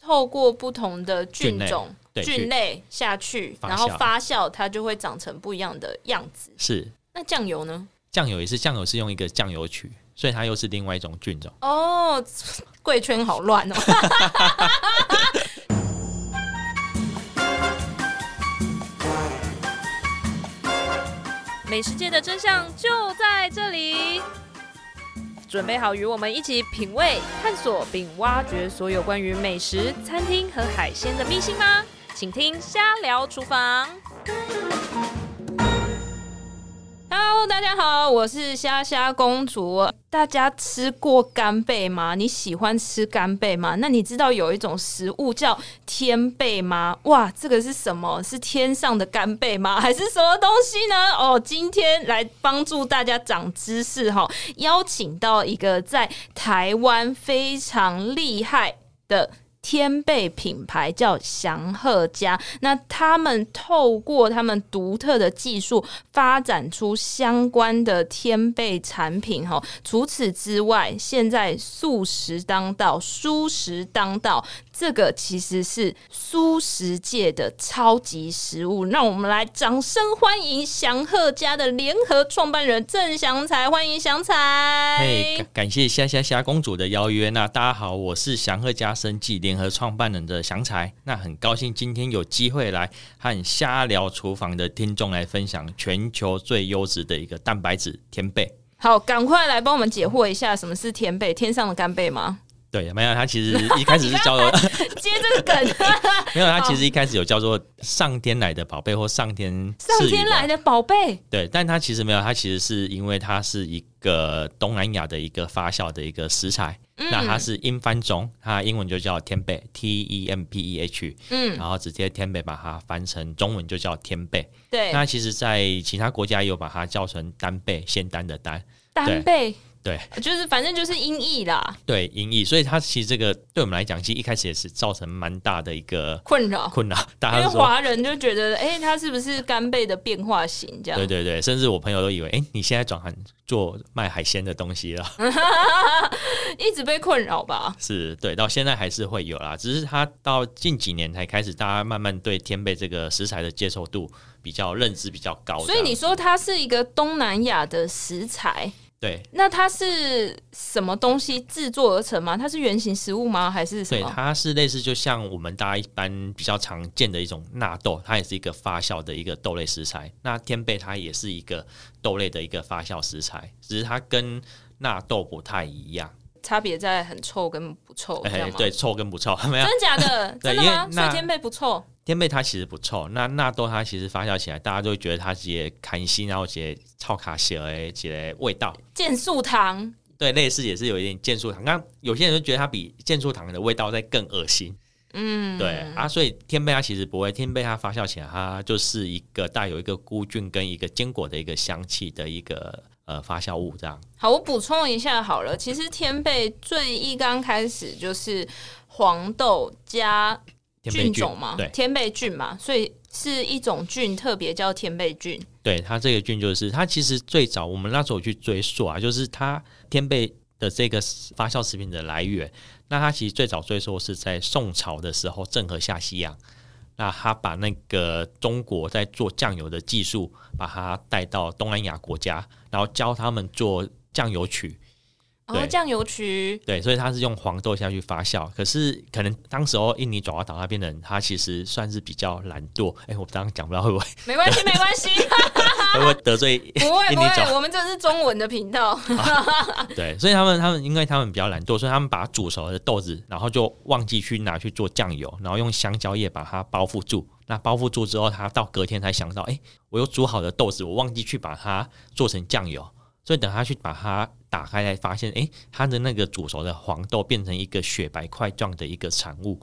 透过不同的菌种、对菌类下去，发酵然后发酵，它就会长成不一样的样子。是那酱油呢？酱油也是酱油是用一个酱油曲，所以它又是另外一种菌种。哦，贵圈好乱哦。美食界的真相就在这里，准备好与我们一起品味、探索并挖掘所有关于美食、餐厅和海鲜的秘辛吗？请听《瞎聊厨房》。Hello，大家好，我是虾虾公主。大家吃过干贝吗？你喜欢吃干贝吗？那你知道有一种食物叫天贝吗？哇，这个是什么？是天上的干贝吗？ 还是什么东西呢？哦，今天来帮助大家长知识哈，邀请到一个在台湾非常厉害的天贝品牌叫祥鹤家，那他们透过他们独特的技术，发展出相关的天贝产品。哈，除此之外，现在素食当道，蔬食当道，这个其实是蔬食界的超级食物。让我们来掌声欢迎祥鹤家的联合创办人郑祥才，欢迎祥才。嘿，感感谢虾虾虾公主的邀约。那大家好，我是祥鹤家生计联合创办人的祥才。那很高兴今天有机会来和虾聊厨房的听众来分享全球最优质的一个蛋白质天贝。好，赶快来帮我们解惑一下，什么是天贝？天上的干贝吗？ 对，没有，它其实一开始是叫做，接这个梗，没有，它其实一开始有叫做上天来的宝贝或上天上赐予天的来的宝贝，对，但它其实没有，它其实是因为它是一个东南亚的一个发酵的一个食材，嗯那它是英翻种，它英文就叫天贝 （T E M P E H），嗯然后直接天贝把它翻成中文就叫天贝。对，那其实，在其他国家也有把它叫成单贝，仙丹的丹，单贝，对就是反正就是音译啦，对音译，所以它其实这个对我们来讲，其实一开始也是造成蛮大的一个困扰。困扰，大因家为都啊说。华人就觉得，哎、它是不是干贝的变化型这样对？对对，甚至我朋友都以为，哎、你现在转行做卖海鲜的东西了。一直被困扰吧？是对，到现在还是会有啦，只是它到近几年才开始，大家慢慢对天贝这个食材的接受度比较认知比较高这所样。嗯以你说它是一个东南亚的食材，对那它是什么东西制作而成吗？它是原型食物吗？还是什对，么？它是类似就像我们大家一般比较常见的一种纳豆，它也是一个发酵的一个豆类食材。那天贝它也是一个豆类的一个发酵食材，只是它跟纳豆不太一样。哎差别在很臭跟不臭，这样吗？对，臭跟不臭 没有。真的假的？对真的吗？因为所那以天贝不臭，天贝它其实不臭，那纳豆它其实发酵起来，大家都会觉得它直接开心，然后直接超卡血诶，直接味道。健素糖对，类似也是有一点健素糖。那有些人就觉得它比健素糖的味道再更恶心。嗯，对啊，所以天贝它其实不会，天贝它发酵起来，它就是一个带有一个菇菌跟一个坚果的一个香气的一个呃发酵物这样。好，我补充一下好了。其实天贝最一刚开始就是黄豆加天贝菌种嘛，对天贝菌嘛，所以是一种菌，特别叫天贝菌。对，它这个菌就是它其实最早我们那时候去追溯啊，就是它天贝的这个发酵食品的来源。那它其实最早追溯是在宋朝的时候，郑和下西洋，那他把那个中国在做酱油的技术，把它带到东南亚国家，然后教他们做酱油曲。然后哦对酱油曲，对，所以它是用黄豆下去发酵。可是可能当时候印尼爪哇岛那边的人，他其实算是比较懒惰。哎、我刚刚讲不到会 不会没关系，没关 系，会不会得罪不会印不尼爪哇会，我们这是中文的频道。对，所以他们他们因为他们比较懒惰，所以他们把煮熟的豆子，然后就忘记去拿去做酱油，然后用香蕉叶把它包覆住。那包覆住之后，他到隔天才想到，哎、我有煮好的豆子，我忘记去把它做成酱油。所以等他去把它打开，才发现，哎、它的那个煮熟的黄豆变成一个雪白块状的一个产物，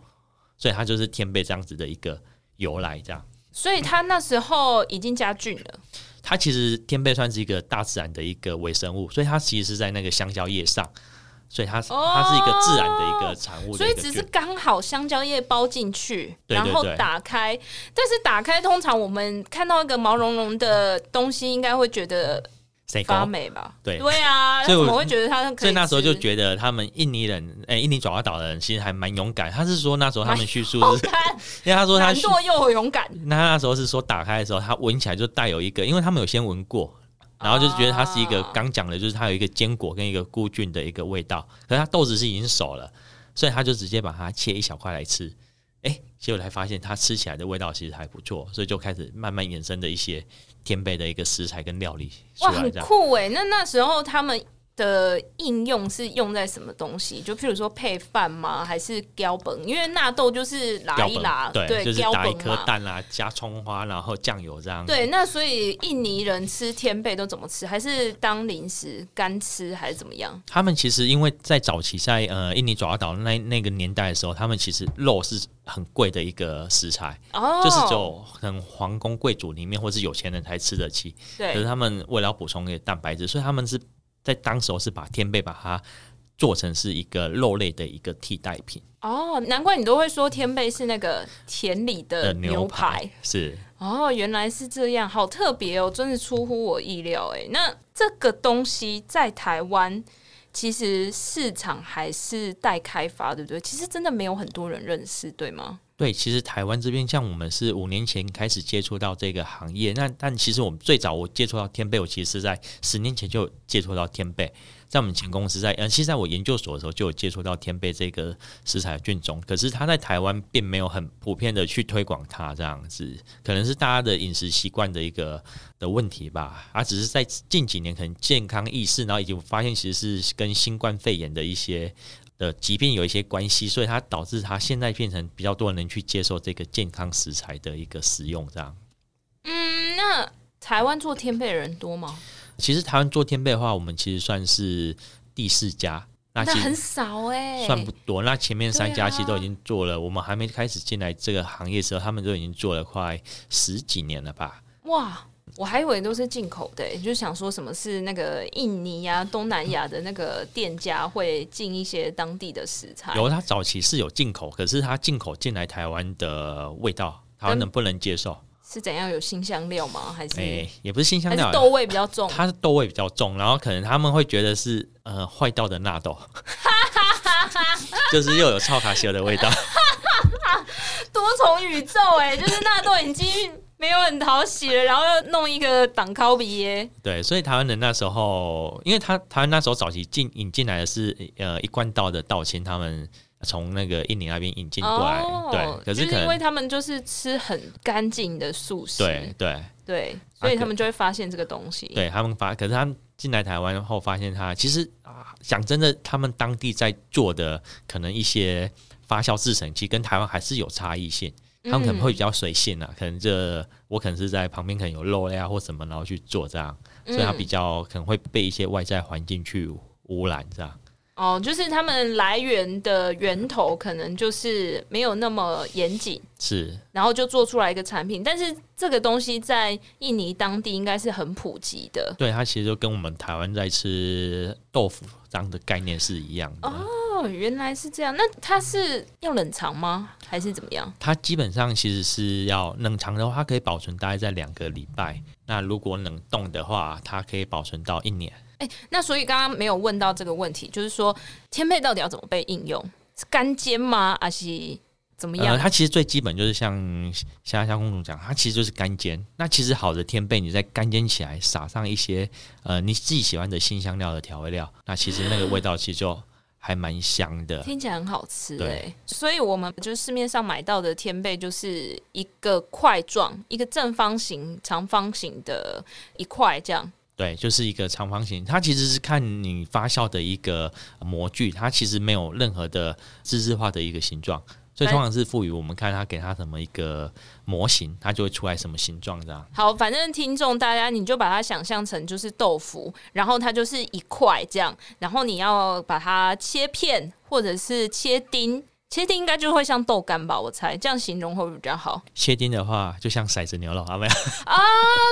所以它就是天贝这样子的一个由来，这样。所以他那时候已经加菌了，它其实天贝算是一个大自然的一个微生物，所以它其实是在那个香蕉叶上，所以它是、哦它是一个自然的一个产物所的一以个只菌。是刚好香蕉叶包进去，对对然后对打开。但是打开，通常我们看到一个毛茸茸的东西，应该会觉得谁发搞？霉吧？对对啊，那所以怎我么会觉得他可以吃？所以那时候就觉得他们印尼人，哎、印尼爪哇岛的人其实还蛮勇敢。他是说那时候他们叙述好 是，看，因为他说他懒叙惰又勇敢，那他那时候是说打开的时候，它闻起来就带有一个，因为他们有先闻过，然后就觉得它是一个啊刚讲的，就是它有一个坚果跟一个菇菌的一个味道，可是它豆子是已经熟了，所以他就直接把它切一小块来吃。哎、结果才发现它吃起来的味道其实还不错，所以就开始慢慢衍生的一些天贝的一个食材跟料理出哇，来很这样。酷哎！那那时候他们的应用是用在什么东西？就譬如说配饭吗？还是标本？因为纳豆就是拉标啊一本拉，对，就是标打一本颗嘛。蛋啦、加葱花，然后酱油这样。对，那所以印尼人吃天贝都怎么吃？还是当零食干吃，还是怎么样？他们其实因为在早期在呃印尼爪哇岛那那个年代的时候，他们其实肉是很贵的一个食材，哦，就是只有很皇宫贵族里面或是有钱人才吃得起。可是对，他们为了要补充一个蛋白质，所以他们是在当时候是把天贝把它做成是一个肉类的一个替代品哦，难怪你都会说天贝是那个田里的的呃牛牛排。排是。哦，原来是这样，好特别哦，真是出乎我意料哎。那这个东西在台湾其实市场还是待开发，对不对？其实真的没有很多人认识，对吗？对，其实台湾这边像我们是五年前开始接触到这个行业，那但其实我们最早我接触到天贝，我其实是在十年前就有接触到天贝，在我们前公司在呃，其实在我研究所的时候就有接触到天贝这个食材的菌种，可是它在台湾并没有很普遍的去推广它，这样子可能是大家的饮食习惯的一个的问题吧，啊，只是在近几年可能健康意识，然后以及我发现其实是跟新冠肺炎的一些的疾病有一些关系，所以它导致它现在变成比较多人去接受这个健康食材的一个使用。这样，嗯，那台湾做天贝的人多吗？其实台湾做天贝的话，我们其实算是第四家，那那啊其很实少哎、算不多。那前面三对家啊其实都已经做了，我们还没开始进来这个行业的时候，他们都已经做了快十几年了吧？哇。我还以为都是进口的、欸，就想说什么是那个印尼啊、东南亚的那个店家会进一些当地的食材，有，它早期是有进口，可是它进口进来台湾的味道，台湾嗯能不能接受？是怎样有新香料吗？还是、哎、也不是新香还料是，豆味比较重？它的豆味比较重，然后可能他们会觉得是呃坏掉的纳 豆，就是又有超卡西尔的味道。 多重宇宙哎、 就是纳豆已经没有很讨喜了，然后又弄一个挡靠鼻耶，对，所以台湾人那时候，因为他台湾那时候早期进引进来的是呃一贯道的道亲，他们从那个印尼那边引进过来，对，可哦就是可因为能。他们就是吃很干净的素食，对对对所以他们就会发现这个东西，对，他们发，可是他们进来台湾后，发现他其实啊，讲真的，他们当地在做的可能一些发酵制成，其实跟台湾还是有差异性。他们可能会比较随性啊，可能这我可能是在旁边可能有肉类啊或什么，然后去做这样，所以它比较可能会被一些外在环境去污染这样。哦，就是他们来源的源头可能就是没有那么严谨。是然后就做出来一个产品，但是这个东西在印尼当地应该是很普及的对它其实就跟我们台湾在吃豆腐这样的概念是一样的。哦。原来是这样，那它是要冷藏吗？还是怎么样？它基本上其实是要冷藏的话，它可以保存大概在两个礼拜。那如果冷冻的话，它可以保存到一年。那所以刚刚没有问到这个问题，就是说天配到底要怎么被应用？是干煎吗？还是怎么样？呃，它其实最基本就是像虾虾公主讲，它其实就是干煎。那其实好的天贝，你在干煎起来，撒上一些呃你自己喜欢的新香料的调味料，那其实那个味道其实就还蛮香的。听起来很好吃哎、对所以我们就是市面上买到的天贝，就是一个块状、一个正方形、长方形的一块这样。对，就是一个长方形，它其实是看你发酵的一个模具，它其实没有任何的自制化的一个形状。哎所以通常是赋予我们看它给它什么一个模型，它就会出来什么形状这样。好，反正听众大家你就把它想象成就是豆腐，然后它就是一块这样，然后你要把它切片或者是切丁，切丁应该就会像豆干吧，我猜这样形容会比较好切丁的话，就像骰子牛肉，啊没有？啊。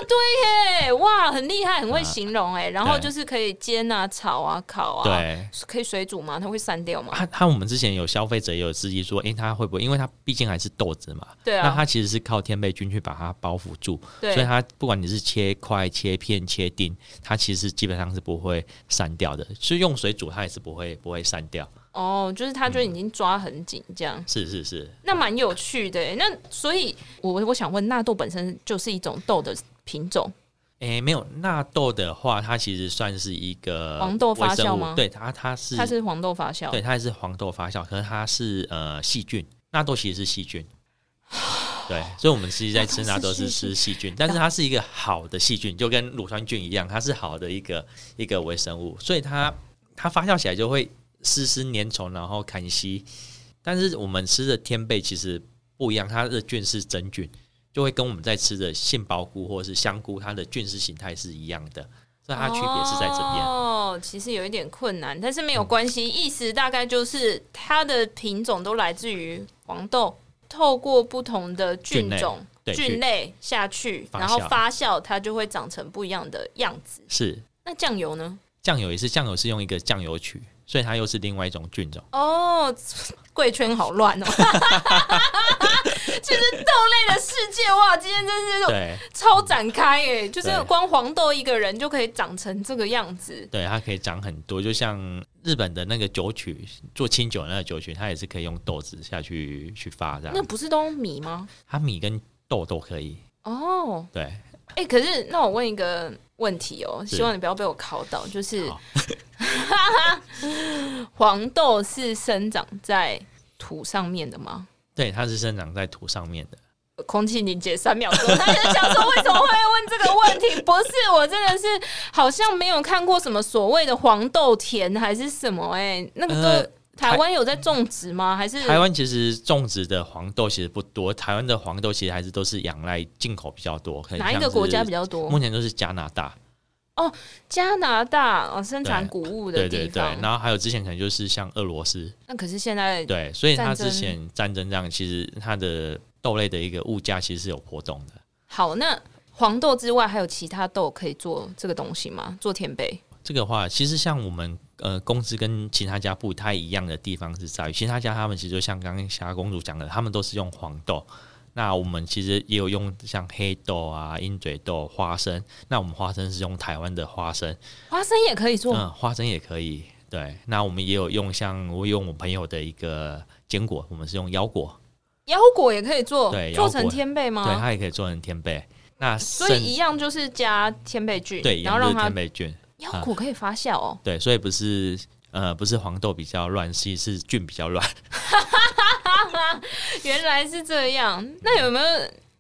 对耶，哇，很厉害，很啊会形容哎。然后对就是可以煎啊、炒啊、烤啊，，对。啊可以水煮吗？它会散掉吗？他他我们之前有消费者也有质疑说，诶、他会不会？因为他毕竟还是豆子嘛，对那啊，它其实是靠天贝菌去把它包覆住，所以对，它不管你是切块、切片、切丁，它其实基本上是不会散掉的。是用水煮它也是不会不会散掉。哦，就是它就已经抓很紧这样。是是是，那蛮有趣的耶。那所以，我我想问，纳豆本身就是一种豆的品种，诶、没有纳豆的话，它其实算是一个黄豆发微生酵物吗对，它它是它是黄豆发酵。对它是黄豆发酵，可是它是呃细菌，纳豆其实是 细菌。对，所以我们其实在吃纳纳豆豆是细是吃 细菌，但是它是一个好的细菌，就跟乳酸菌一样，它是好的一个一个微生物，所以它它发酵起来就会丝丝粘稠，然后砍稀。但是我们吃的天贝其实不一样，它的菌是真菌，就会跟我们在吃的杏鲍菇或是香菇，它的菌丝形态是一样的，所以它的区别是在这边。嗯哦，其实有一点困难，但是没有关系。意思大概就是它的品种都来自于黄豆，透过不同的菌种、对，菌类下去，发酵然后发酵，它就会长成不一样的样子。是那酱油呢？酱油也是，酱油是用一个酱油曲，所以它又是另外一种菌种。哦，贵圈好乱哦。 其实豆类的世界哇，今天真是对超展开耶！就是对光黄豆一个人就可以长成这个样子。对，它可以长很多，就像日本的那个酒曲，做清酒的那个酒曲，它也是可以用豆子下去去发这那样。不是都米吗？它米跟豆都可以。哦，对，哎、可是那我问一个问题哦，是希望你不要被我考倒，就是好 黄豆是生长在土上面的吗？对，它是生长在土上面的。空气凝结三秒钟， 他就想说为什么会问这个问题？不是，我真的是好像没有看过什么所谓的黄豆田还是什么、哎，那个都、呃台湾有在种植吗？还是台湾其实种植的黄豆其实不多，台湾的黄豆其实还是都是仰赖进口比较多。可能哪一个像国家是比较多目？前都是加拿大，加拿大哦，生产对谷物的对地对对方。，然后还有之前可能就是像俄罗斯，那可是现在对，所以它战争之前战争这样，其实它的豆类的一个物价其实是有波动的。好，那黄豆之外还有其他豆可以做这个东西吗？做甜杯？这个话，其实像我们呃公司跟其他家不太一样的地方是在于，其他家他们其实就像刚刚霞公主讲的，他们都是用黄豆。那我们其实也有用像黑豆啊、鹰嘴豆、花生。那我们花生是用台湾的花生，花生也可以做，嗯，花生也可以。对，那我们也有用像我用我朋友的一个坚果，我们是用腰果，腰果也可以做，对做腰果成天贝对，吗？它也可以做成天贝。那哦所甚以一样就是加天贝菌，对，然后让就是它天贝菌，腰果可以发酵 哦。对，所以不是呃不是黄豆比较乱，是是菌比较乱。原来是这样，那有没有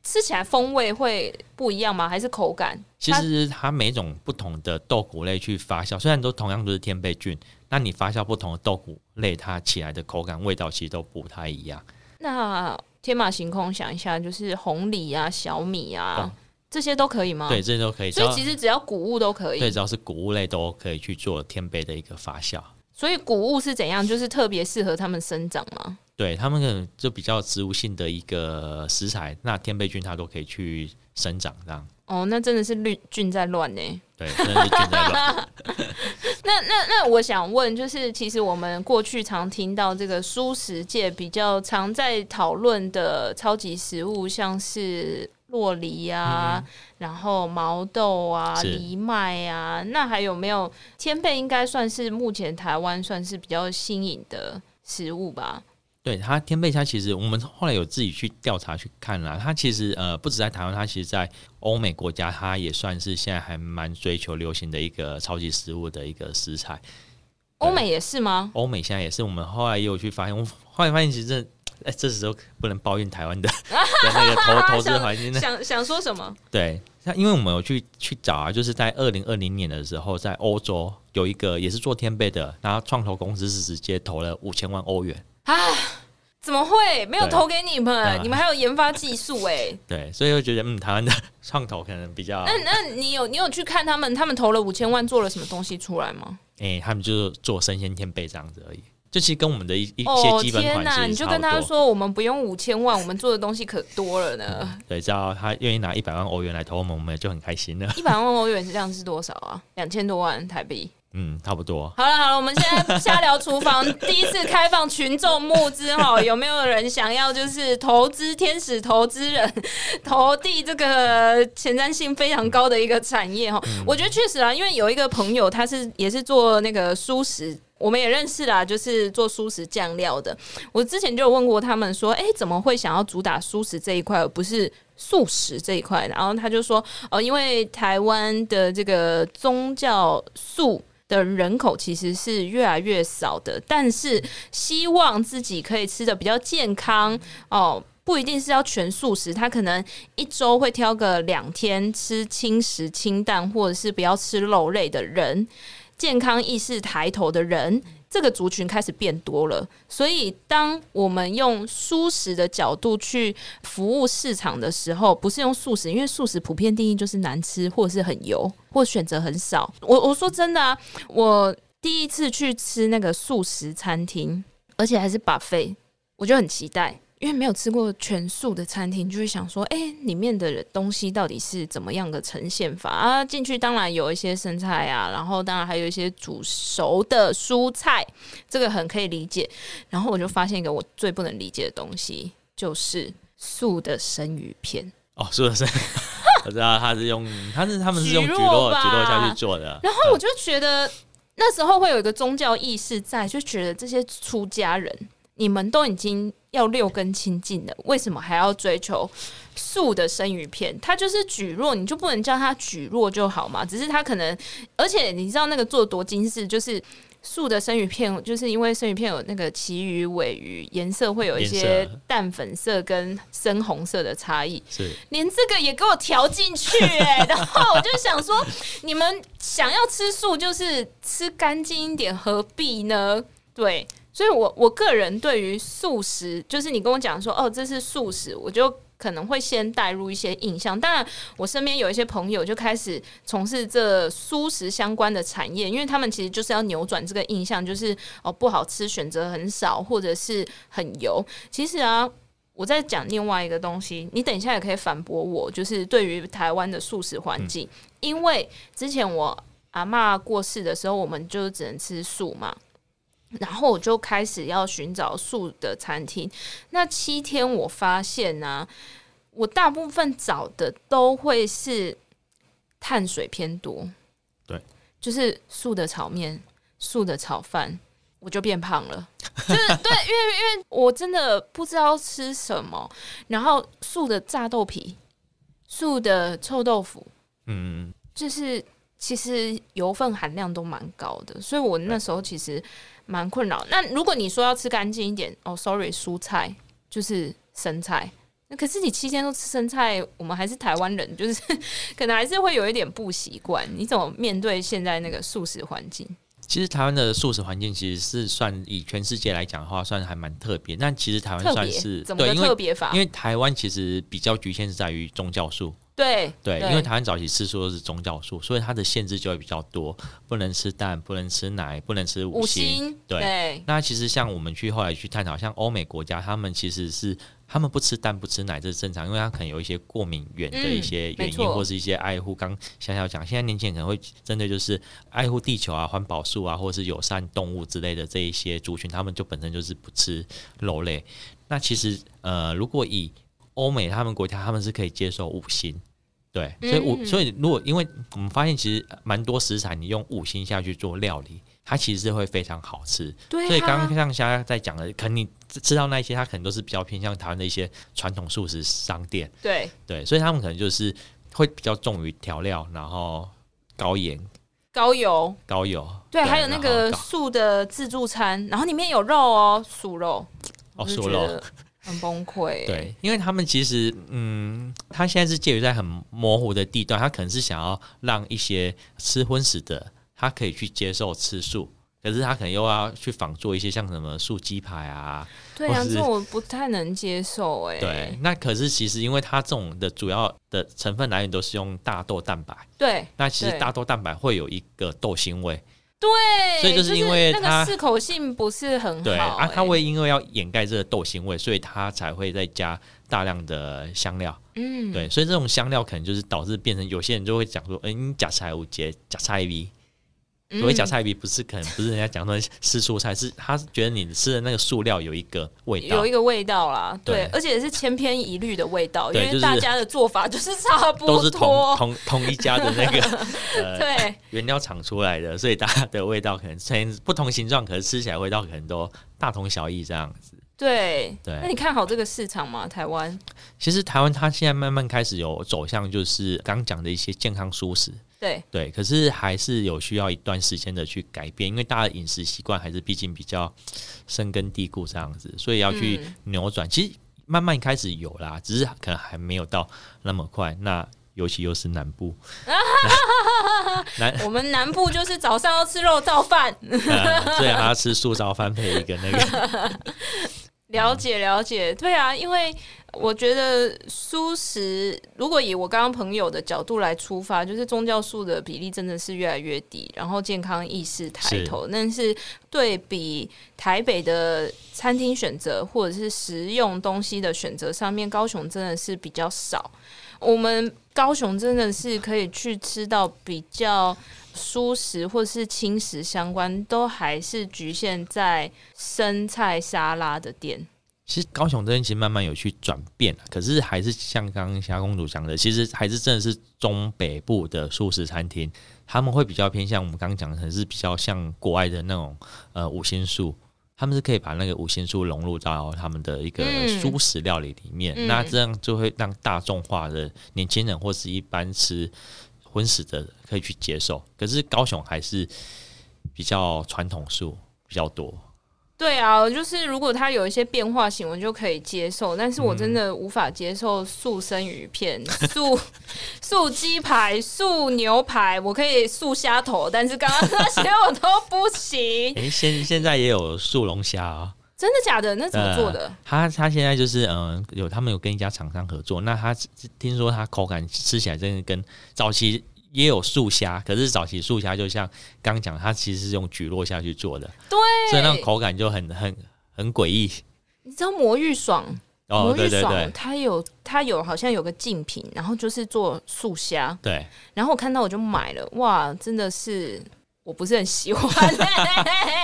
吃起来风味会不一样吗？还是口感？其实它每种不同的豆谷类去发酵，虽然都同样都是天贝菌，那你发酵不同的豆谷类，它起来的口感、味道其实都不太一样。那天马行空想一下，就是红梨啊、小米啊、哦这些都可以吗？对，，这都可以。嗯只所以要其实只要谷物都可以。对，只要是谷物类都可以去做天贝的一个发酵。所以谷物是怎样？就是特别适合它们生长吗？对他们可能就比较植物性的一个食材，那天贝菌它都可以去生长，这样哦，那真的是绿菌在乱呢、欸对，真的是菌在乱。 那那那，我想问，就是其实我们过去常听到这个素食界比较常在讨论的超级食物，像是洛梨啊，然后毛豆啊、嗯是藜麦啊，那还有没有天贝？应该算是目前台湾算是比较新颖的食物吧。对它天贝虾，其实我们后来有自己去调查去看啦，它其实呃不止在台湾，它其实在欧美国家，它也算是现在还蛮追求流行的一个超级食物的一个食材。对欧美也是吗？欧美现在也是，我们后来也有去发现，我后来发现其实这哎、这时候不能抱怨台湾的的那个投投资环境，想想说什么？对，那因为我们有去去找啊，就是在二零二零年的时候，在欧洲有一个也是做天贝的，然后创投公司是直接投了五千万欧元。怎么会没有啊对投给你们啊？你们还有研发技术哎、对，所以就觉得嗯，台湾的创投可能比较。那那你有你有去看他们？他们投了五千万做了什么东西出来吗？哎、他们就是做生鲜天贝这样子而已。这其实跟我们的一一些哦基本天款式你就跟差他不多说，我们不用五千万，我们做的东西可多了呢。对，只要他愿意拿一百万欧元来投我们，我们就很开心了。一百万欧元是这样是多少啊？两千多万台币。嗯，差不多。好了好了，我们现在瞎聊厨房，第一次开放群众募资哈，有没有人想要就是投资天使投资人投递这个前瞻性非常高的一个产业哈？我觉得确实啊，因为有一个朋友他是也是做那个素食。我们也认识啦，就是做素食酱料的。我之前就有问过他们说，哎、怎么会想要主打素食这一块，而不是素食这一块？然后他就说，哦，因为台湾的这个宗教素的人口其实是越来越少的，但是希望自己可以吃的比较健康哦。不一定是要全素食，他可能一周会挑个两天吃轻食、清淡，或者是不要吃肉类的人，健康意识抬头的人，这个族群开始变多了。所以，当我们用素食的角度去服务市场的时候，不是用素食，因为素食普遍定义就是难吃，或是很油，或选择很少。我我说真的啊，我第一次去吃那个素食餐厅，而且还是 buffet，我就很期待。因为没有吃过全素的餐厅，就会想说，哎、里面的东西到底是怎么样的呈现法啊？进去当然有一些生菜啊，然后当然还有一些煮熟的蔬菜，这个很可以理解。然后我就发现一个我最不能理解的东西，就是素的生鱼片。哦，是不是？ 我知道他是用，他是他们是用菊菊络络吧菊络下去做的。然后我就觉得那时候会有一个宗教意识在，就觉得这些出家人，你们都已经要六根清净了，为什么还要追求素的生鱼片？它就是举弱，你就不能叫它举弱就好嘛？只是它可能，而且你知道那个做多精致，就是。素的生鱼片，就是因为生鱼片有那个旗鱼、尾鱼，颜色会有一些颜色淡粉色跟深红色的差异。是嗯连这个也给我调进去哎、 然后我就想说，你们想要吃素就是吃干净一点，何必呢？对，所以我我个人对于素食，就是你跟我讲说哦，这是素食，我就可能会先带入一些印象。当然，我身边有一些朋友就开始从事这素食相关的产业，因为他们其实就是要扭转这个印象，就是哦不好吃，选择很少，或者是很油。其实啊，我在讲另外一个东西，你等一下也可以反驳我，就是对于台湾的素食环境，因为之前我阿嬷过世的时候，我们就只能吃素嘛。然后我就开始要寻找素的餐厅。那七天我发现呢、我大部分找的都会是碳水偏多，对，就是素的炒面、素的炒饭，我就变胖了。就是对，因为因为我真的不知道吃什么，然后素的炸豆皮、素的臭豆腐，嗯，就是其实油分含量都蛮高的，所以我那时候其实蛮困扰。那如果你说要吃干净一点，哦，sorry，蔬菜就是生菜。那可是你七天都吃生菜，我们还是台湾人，就是 可能还是会有一点不习惯。你怎么面对现在那个素食环境？其实台湾的素食环境其实是算以全世界来讲的话，算还蛮特别。但其实台湾特算别是怎么对，个因特为别啊法因？为台湾其实比较局限是在于宗教素，对对，因为台湾早期吃素都是宗教素，所以它的限制就会比较多，不能吃蛋，不能吃奶，不能吃五星。星对对那其实像我们去后来去探讨，像欧美国家，他们其实是他们不吃蛋不吃奶这是正常，因为他可能有一些过敏源的一些嗯没原因，错或是一些爱护。刚想要讲，现在年轻人可能会针对就是爱护地球啊、环保树啊，或是友善动物之类的这一些族群，他们就本身就是不吃肉类。那其实呃，如果以欧美他们国家，他们是可以接受五星。对，所以五、嗯所以如果因为我们发现其实蛮多食材，你用五星下去做料理，它其实是会非常好吃。对啊，所以刚刚像虾在讲的，可能你吃到那一些，它可能都是比较偏向台湾的一些传统素食商店，对对，所以他们可能就是会比较重于调料，然后高盐、高油高油，对，还有那个然后素的自助餐，然后里面有肉哦，素肉，我高哦就素觉肉得，很崩溃。，对，因为他们其实，嗯，他现在是介于在很模糊的地段，他可能是想要让一些吃荤食的，他可以去接受吃素。可是他可能又要去仿做一些像什么素鸡排啊，对啊，或是这我不太能接受哎。对，那可是其实因为它这种的主要的成分来源都是用大豆蛋白，对那其对实大豆蛋白会有一个豆腥味，对，所以就是因为那它个适口性不是很好、对啊，它哎会因为要掩盖这个豆腥味，所以它才会再加大量的香料。嗯，对，所以这种香料可能就是导致变成有些人就会讲说，哎、你假菜无节，假菜逼。嗯，所谓假菜逼，不是可能不是人家讲的吃蔬菜，是他觉得你吃的那个塑料有一个味道有一，个味道啦，对对，而且是千篇一律的味道，因对就为是大家的做法就是差不多，都是同同同一家的 那个呃对，原料厂出来的，所以大家的味道可能虽然不同形状，可是吃起来味道可能都大同小异这样子。对，对那你看好这个市场吗？台湾？其实台湾它现在慢慢开始有走向，就是刚讲的一些健康素食， 对，对，可是还是有需要一段时间的去改变，因为大家的饮食习惯还是毕竟比较深根蒂固这样子，所以要去嗯扭转。其实慢慢开始有啦，只是可能还没有到那么快。那尤其又是南部，南我们南部就是早上要吃肉燥饭，呃，所以还要吃素烧饭配一个那个，了解了解，对啊，因为我觉得素食，如果以我刚刚朋友的角度来出发，就是宗教素的比例真的是越来越低，然后健康意识抬头，但是对比台北的餐厅选择或者是食用东西的选择上面，高雄真的是比较少。我们高雄真的是可以去吃到比较蔬食或是轻食相关，都还是局限在生菜沙拉的店。其实高雄这边其实慢慢有去转变啊了，可是还是像刚刚霞公主讲的，其实还是真的是中北部的素食餐厅，他们会比较偏向我们刚刚讲的，可能是比较像国外的那种呃五星素，他们是可以把那个五星素融入到他们的一个嗯素食料理里面，嗯那这样就会让大众化的年轻人或是一般吃荤食的可以去接受，可是高雄还是比较传统素比较多。对啊，就是如果它有一些变化型，我就可以接受，但是我真的无法接受素生鱼 片、素素鸡排、素牛排，我可以素虾头，但是刚刚那些我都不 行。诶，现现在也有素龙虾啊、真的假的？那怎么做的？呃他他现在就是嗯、呃有他们有跟一家厂商合作，那他听说他口感吃起来真的跟早期也有素虾，可是早期素虾就像刚讲，它其实是用菊络下去做的，所以那种对，口感就很很很诡异。你知道魔芋爽哦，魔对芋对爽，对它有它有好像有个竞品，然后就是做素虾，对，然后我看到我就买了，哇，真的是我不是很喜 欢。 啊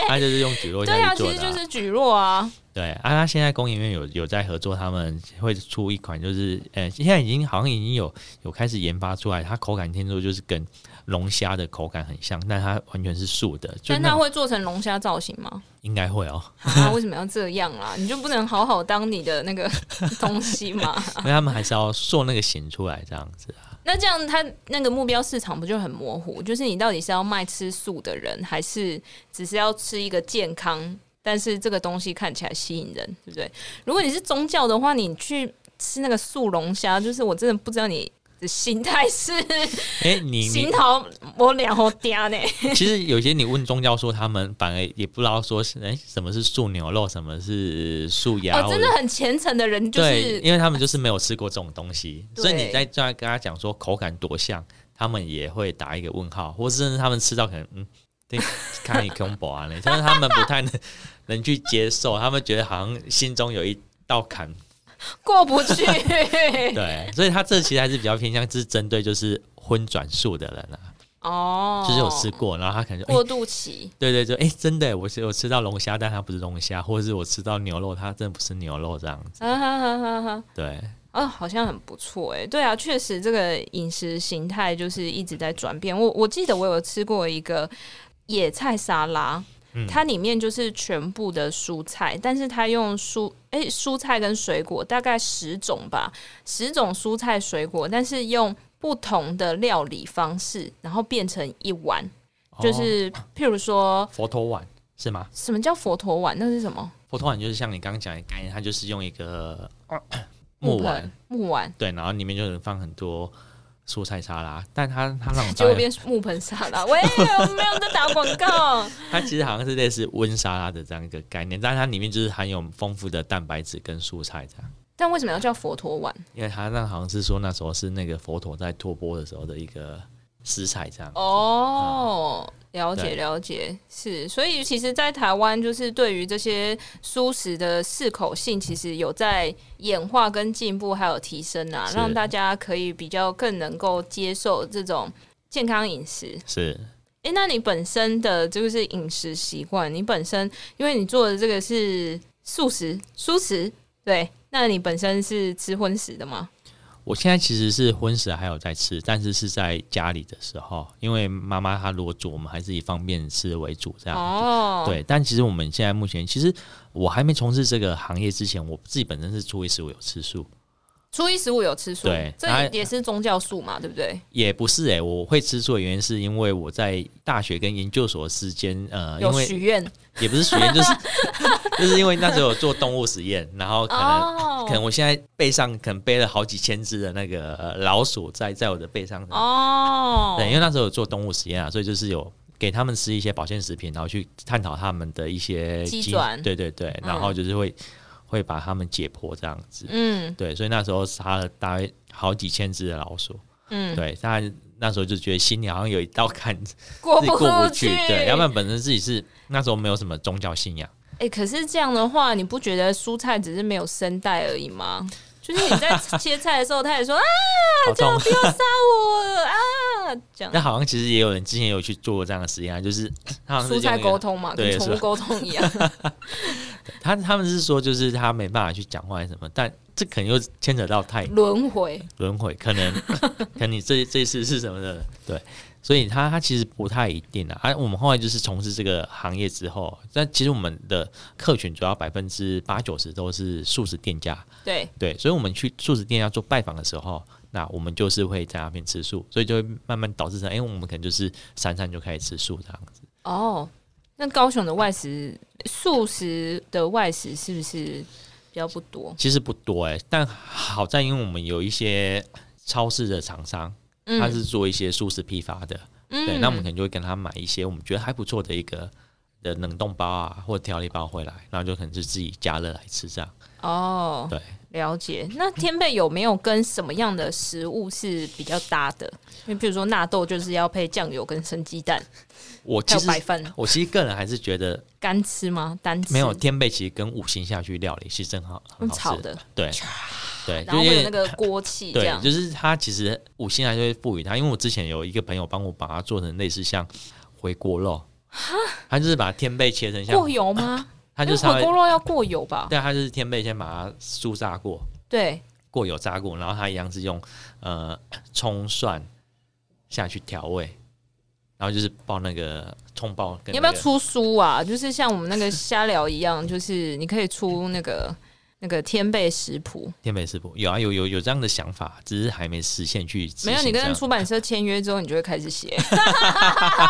它就是用菊络对下啊，去其做实的、就是菊络啊，对啊，他现在工研院有有在合作，他们会出一款，就是呃，现在已经好像已经有有开始研发出来，它口感听说就是跟龙虾的口感很像，但它完全是素的，就但那它种会做成龙虾造型 吗？应该会哦，啊，为什么要这样啦？你就不能好好当你的那个 东西吗？因为他们还是要做那个形出来这样子啊。那这样它那个目标市场不就很模糊？就是你到底是要卖吃素的人，还是只是要吃一个健康，但是这个东西看起来吸引人，对不对？如果你是宗教的话，你去吃那个素龙虾，就是我真的不知道你的心态是哎、你你 心桃我两后嗲呢。其实有些你问宗教说，他们反而也不知道说是哎、什么是素牛肉，什么是素鸭，哦，真的很虔诚的人，就对，是因为他们就是没有吃过这种东西，对所以你在这样跟他讲说口感多像，他们也会打一个问号，或甚至他们吃到可能嗯，对，看你 combo 啊，但是他们不太能能去接受， 他们觉得好像心中有一道坎，过不去。 对，所以他这其实还是比较偏向是针对就是荤转素的人啊，哦，就是有吃过，然后他可能就、哎过渡期，对对对，哎、真的，我是有吃到龙虾，但它不是龙虾，或者是我吃到牛肉，它真的不是牛肉这样子，啊哈哈哈哈。对。哦，好像很不错哎，对啊，确实这个饮食形态就是一直在转变。我我记得我有吃过一个野菜沙拉，嗯它里面就是全部的蔬菜，但是它用蔬哎、蔬菜跟水果大概十种吧，十种蔬菜水果，但是用不同的料理方式，然后变成一碗，就哦是譬如说佛头哦碗是吗？什么叫佛陀碗，那是什么佛托碗就是像你刚刚讲的概念，它就是用一个呃木碗盆，木碗。对，然后里面就能放很多蔬菜沙拉，但它 它那种结果当然变木盆沙拉，喂，我没有在打广告。它其实好像是类似温沙拉的这样一个概念，但它里面就是含有丰富的蛋白质跟蔬菜这样，但为什么要叫佛陀碗？因为它那好像是说那时候是那个佛陀在托钵的时候的一个食材这样，哦，了解对了解，是，所以其实，在台湾就是对于这些素食的适口性，其实有在演化跟进步，还有提升啊，是让大家可以比较更能够接受这种健康饮食。是诶，那你本身的就是饮食习惯，你本身因为你做的这个是素食，素食对，那你本身是吃荤食的吗？我现在其实是荤食还有在吃，但是是在家里的时候，因为妈妈她如果煮，我们还是以方便吃为主这样。哦，，对，但其实我们现在目前，其实我还没从事这个行业之前，我自己本身是初一十五有吃素，初一十五有吃素，对这然后也是宗教素嘛，对不对？也不是诶、我会吃素的原因是因为我在大学跟研究所之间，呃，因有为许愿，也不是许愿，就是 就是因为那时候有做动物实验，然后可能、哦可能我现在背上可能背了好几千只的那个呃老鼠在在我的背上，哦，对，因为那时候有做动物实验啊，所以就是有给他们吃一些保健食品，然后去探讨他们的一些机基因转对对对，然后就是会、会把他们解剖这样子，嗯对，所以那时候杀了大概好几千只的老鼠，嗯，对，当然那时候就觉得心里好像有一道坎 自过己过不去，对，要不然本身自己是那时候没有什么宗教信仰，哎、可是这样的话，你不觉得蔬菜只是没有声带而已吗？就是你在切菜的时候，他也说啊， 好痛。不要杀我啊，这样那好像其实也有人之前有去做过这样的实验啊，就是他好像是蔬菜用一个沟通嘛，对跟宠物是沟通一样。 他他们是说，就是他没办法去讲话还是什么，但这可能又牵扯到太轮回，轮回，可能 可能你这这次是什么的，对，所以他他其实不太一定啊。啊，我们后来就是从事这个行业之后，但其实我们的客群主要百分之八九十都是素食店家，对，对，所以我们去素食店家做拜访的时候。那我们就是会在那边吃素，所以就会慢慢导致成，哎、我们可能就是三餐就开始吃素这样子。哦，那高雄的外食，素食的外食是不是比较不多？其实不多哎、但好在因为我们有一些超市的厂商，嗯他是做一些素食批发的，对，嗯那我们可能就会跟他买一些我们觉得还不错的一个的冷冻包啊，或者调理包回来，然后就可能是自己加热来吃这样。哦，对，了解。那天贝有没有跟什么样的食物是比较搭的？因为比如说纳豆就是要配酱油跟生鸡蛋，我还其有实白饭，我其实个人还是觉得干吃吗？单吃没有天贝，其实跟五星下去料理是真好很用好炒，吃的，对对，然就后因会有那为个锅气这对，样。就是它其实五星还是会赋予它，因为我之前有一个朋友帮我把它做成类似像回锅肉，他就是把天贝切成像过，油吗？ 他因就为稍回微锅，肉要过油吧？对，他就是天贝先把它酥炸过，对，过油炸过，然后它一样是用呃葱蒜下去调味，然后就是爆那个葱爆跟、你那要个不要出书啊？就是像我们那个瞎聊一样，就是你可以出那个那个天贝食谱。天美食谱？有啊，有有有这样的想法，只是还没实现去执行啊没有，你这跟样出版社签约之后，你就会开 始写，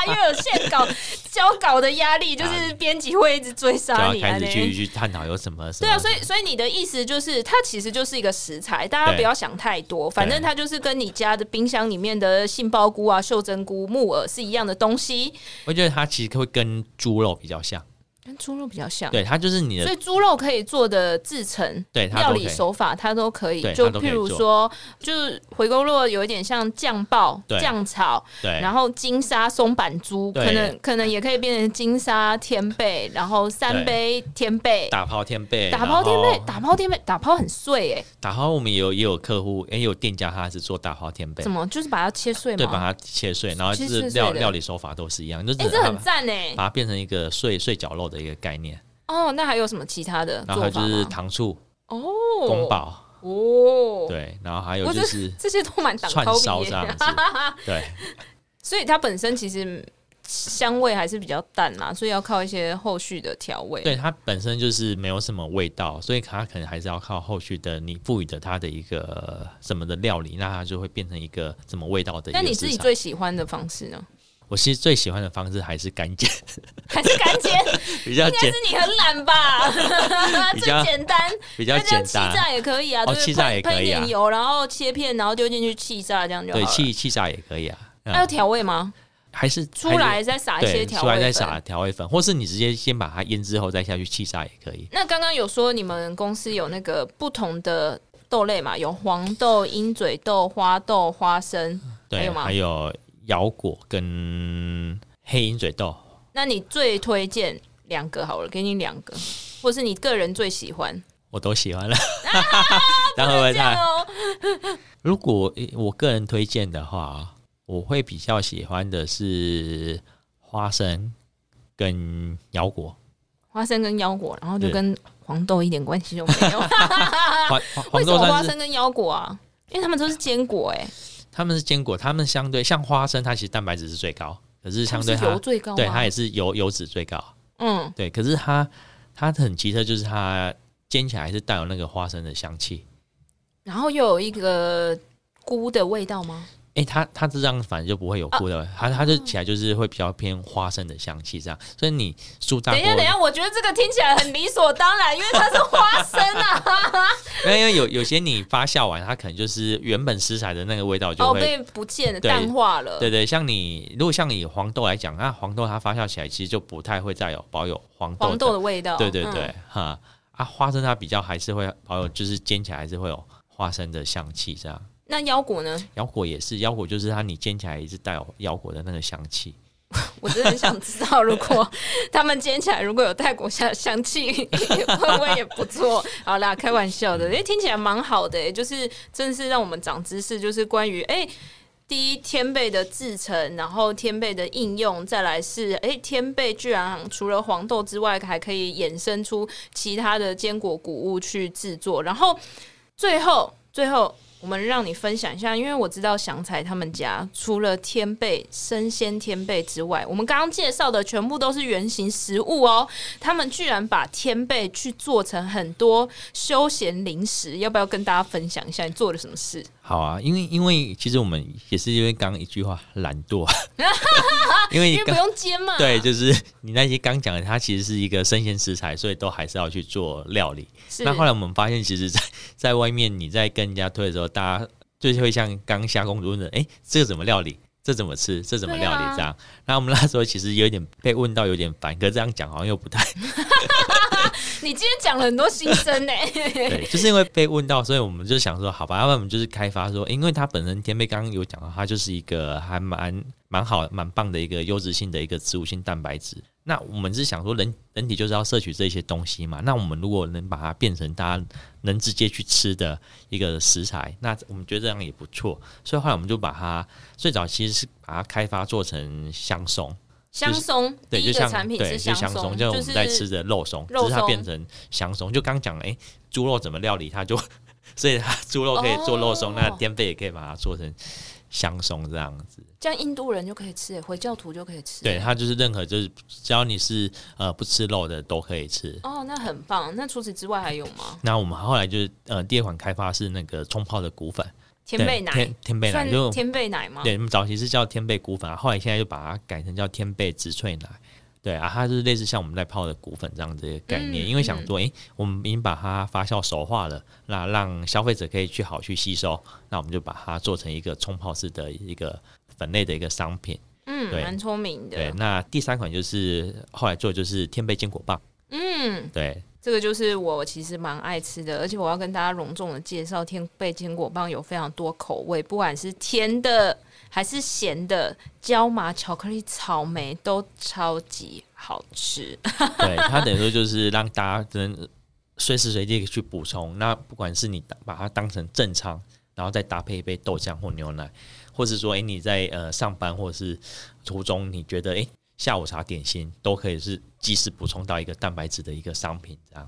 因为有线稿交稿的压力，就是编辑会一直追啊就杀要你啊开始那去去探讨有什么什么对啊，所以所以你的意思就是，它其实就是一个食材，大家对不要想太多，反正它就是跟你家的冰箱里面的杏鲍菇啊、袖珍菇、木耳是一样的东西，我觉得它其实会跟猪肉比较像，跟猪肉比较像。对，它就是你所的以猪肉可以做的制成对它料都理可以手法，它都可以对。就它都可以譬如做说，就是回锅肉有一点像酱爆对、酱炒，对，然后金沙松板猪，哎对可能可能也可以变成金沙天贝，然后三杯天贝。打抛天贝，打抛天贝然，后打抛天贝，打抛很碎哎、打抛我们也有也有客户，也有店家他是做打抛天贝怎。么就是把它切碎对，吗把？它切碎，然后就切碎是碎料的料理手法都是一样，就哎、是这它很赞哎、把它变成一个碎碎绞肉的一个概念，哦，那还有什么其他的然后还做有法就是吗？糖醋哦，宫保，哦，，对，然后还有我觉就得是这些都蛮挡串高烧鼻这的样耶，子，对 所以它本身其实香味还是比较淡啦，所以要靠一些后续的调味。对，它本身就是没有什么味道，所以它可能还是要靠后续的你赋予的它的一个呃什么的料理，那它就会变成一个什么味道的一那个你自市己场。最喜欢的方式呢？我其实最喜欢的方式还是干煎，还是干煎？比较但简是你很懒 吧？比最较简单，比那较就简气单，炸也可以啊，哦对不对，气炸也喷可喷一以啊点油，然后切片，然后丢进去气炸，这样就好对，了。气气炸也可以啊，嗯还有调味吗？还是出还是来再撒一些对，调出味来再粉撒调味粉，或是你直接先把它腌制后再下去气炸也可以。那刚刚有说你们公司有那个不同的豆类嘛？有黄豆、鹰嘴豆、花豆、花生，还对，有吗还有腰果跟黑鹰嘴豆。那你最推荐两个好了，给你两个，或是你个人最喜欢。我都喜欢了， 然后会啊这样太。哦，如果诶我个人推荐的话，我会比较喜欢的是花生跟腰果，花生跟腰果，然后就对跟黄豆一点关系都没有。黄黄啊为什么黄豆花算是生跟腰果啊？因为它们都是坚果、哎，他们是坚果，他们相对像花生，它其实蛋白质是最高，可是相对它们是油它最高吗？啊对它也是油油脂最高，嗯，对，可是它它很奇特，就是它煎起来是带有那个花生的香气。然后又有一个菇的味道吗？哎、它它这样反正就不会有哦菇的味，它它就嗯起来就是会比较偏花生的香气这样，所以你苏大等锅一下，等一下，我觉得这个听起来很理所当然，因为它是花生啊，没有，因为有有些你发酵完，它可能就是原本食材的那个味道 就哦，会，被不见了，对淡化了。对对，像你如果像以黄豆来讲，那黄豆它发酵起来其实就不太会再有保有黄豆的，黄豆的味道，对对对嗯，哈、啊，花生它比较还是会保有，就是煎起来还是会有花生的香气这样。那腰果呢？腰果也是，腰果就是它你煎起来也是带有腰果的那个香气，我真的很想知道，如果他们煎起来如果有泰国香香气， 会不会也不错？好啦，开玩笑的，因为听起来蛮好的、欸就是真是让我们长知识，就是关于哎。第一天贝的制成，然后天贝的应用，再来是哎，天贝居然除了黄豆之外，还可以衍生出其他的坚果谷物去制作。然后最后，最后我们让你分享一下，因为我知道祥才他们家除了天贝生鲜天贝之外，我们刚刚介绍的全部都是原型食物哦。他们居然把天贝去做成很多休闲零食，要不要跟大家分享一下你做了什么事？好啊，因为因为其实我们也是因为刚刚一句话懒惰， 因为因你为不刚用煎嘛，对，，就是你那些刚讲的，它其实是一个生鲜食材，所以都还是要去做料理。是那后来我们发现，其实在，在外面你在跟人家推的时候，大家就是会像刚下公主问的，哎、这个怎么料理？这怎么吃？这怎么料理对啊？这样，那我们那时候其实有点被问到有点烦，可是这样讲好像又不太你今天讲了很多欸心声呢、 对，就是因为被问到，所以我们就想说，好吧，那我们就是开发说，诶因为它本身天贝刚刚有讲到，它就是一个还蛮蛮好、蛮棒的一个优质性的一个植物性蛋白质。那我们是想说人，人体就是要摄取这些东西嘛。那我们如果能把它变成大家能直接去吃的一个食材，那我们觉得这样也不错。所以后来我们就把它最早其实是把它开发做成香松，香松对，第一个就像产品对，是就香松，就像就我们是在吃的肉松，肉只是它松变成香松。就刚讲，哎、猪肉怎么料理，它就所以它猪肉可以做肉松，哦那天贝也可以把它做成香松这样子。这样印度人就可以吃、回教徒就可以吃、对，它就是任何就是只要你是呃不吃肉的都可以吃。哦，那很棒。那除此之外还有吗？那我们后来就是呃第二款开发是那个冲泡的谷粉，天贝奶对天天贝奶算就天贝奶吗？对，我们早期是叫天贝谷粉，啊后来现在就把它改成叫天贝植萃奶。对啊，它就是类似像我们在泡的谷粉这样子的概念，嗯因为想说，诶，我们已经把它发酵熟化了，那让消费者可以去好去吸收，那我们就把它做成一个冲泡式的一个粉类的一个商品。嗯，对蛮聪明对的，。那第三款就是后来做的就是天贝坚果棒，嗯，对，这个就是我其实蛮爱吃的，而且我要跟大家隆重的介绍，天贝坚果棒有非常多口味，不管是甜的还是咸的，椒麻、巧克力、草莓都超级好吃。对，它等于说就是让大家能随时随地去补充。那不管是你把它当成正餐，然后再搭配一杯豆浆或牛奶，或是说，诶你在呃上班或者是途中，你觉得诶下午茶点心都可以是及时补充到一个蛋白质的一个商品，这样。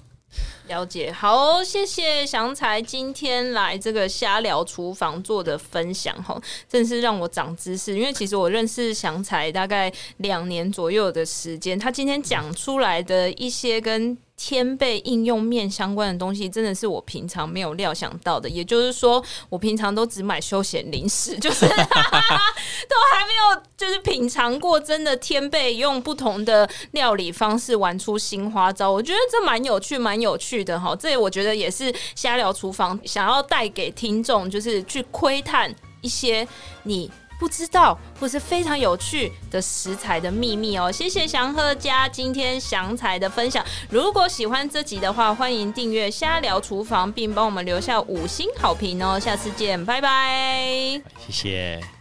了解，好哦，谢谢祥才今天来这个瞎聊厨房做的分享吼，真是让我长知识。因为其实我认识祥才大概两年左右的时间，他今天讲出来的一些跟天贝应用面相关的东西，真的是我平常没有料想到的。也就是说，我平常都只买休闲零食，就是都还没有就是品尝过真的天贝用不同的料理方式玩出新花招，我觉得这蛮有趣，蛮有趣的哈。这我觉得也是瞎聊厨房想要带给听众，就是去窥探一些你。不知道或是非常有趣的食材的秘密哦，谢谢祥鹤家今天祥材的分享。如果喜欢这集的话，欢迎订阅《瞎聊厨房》，并帮我们留下五星好评哦。下次见，拜拜。哎谢谢。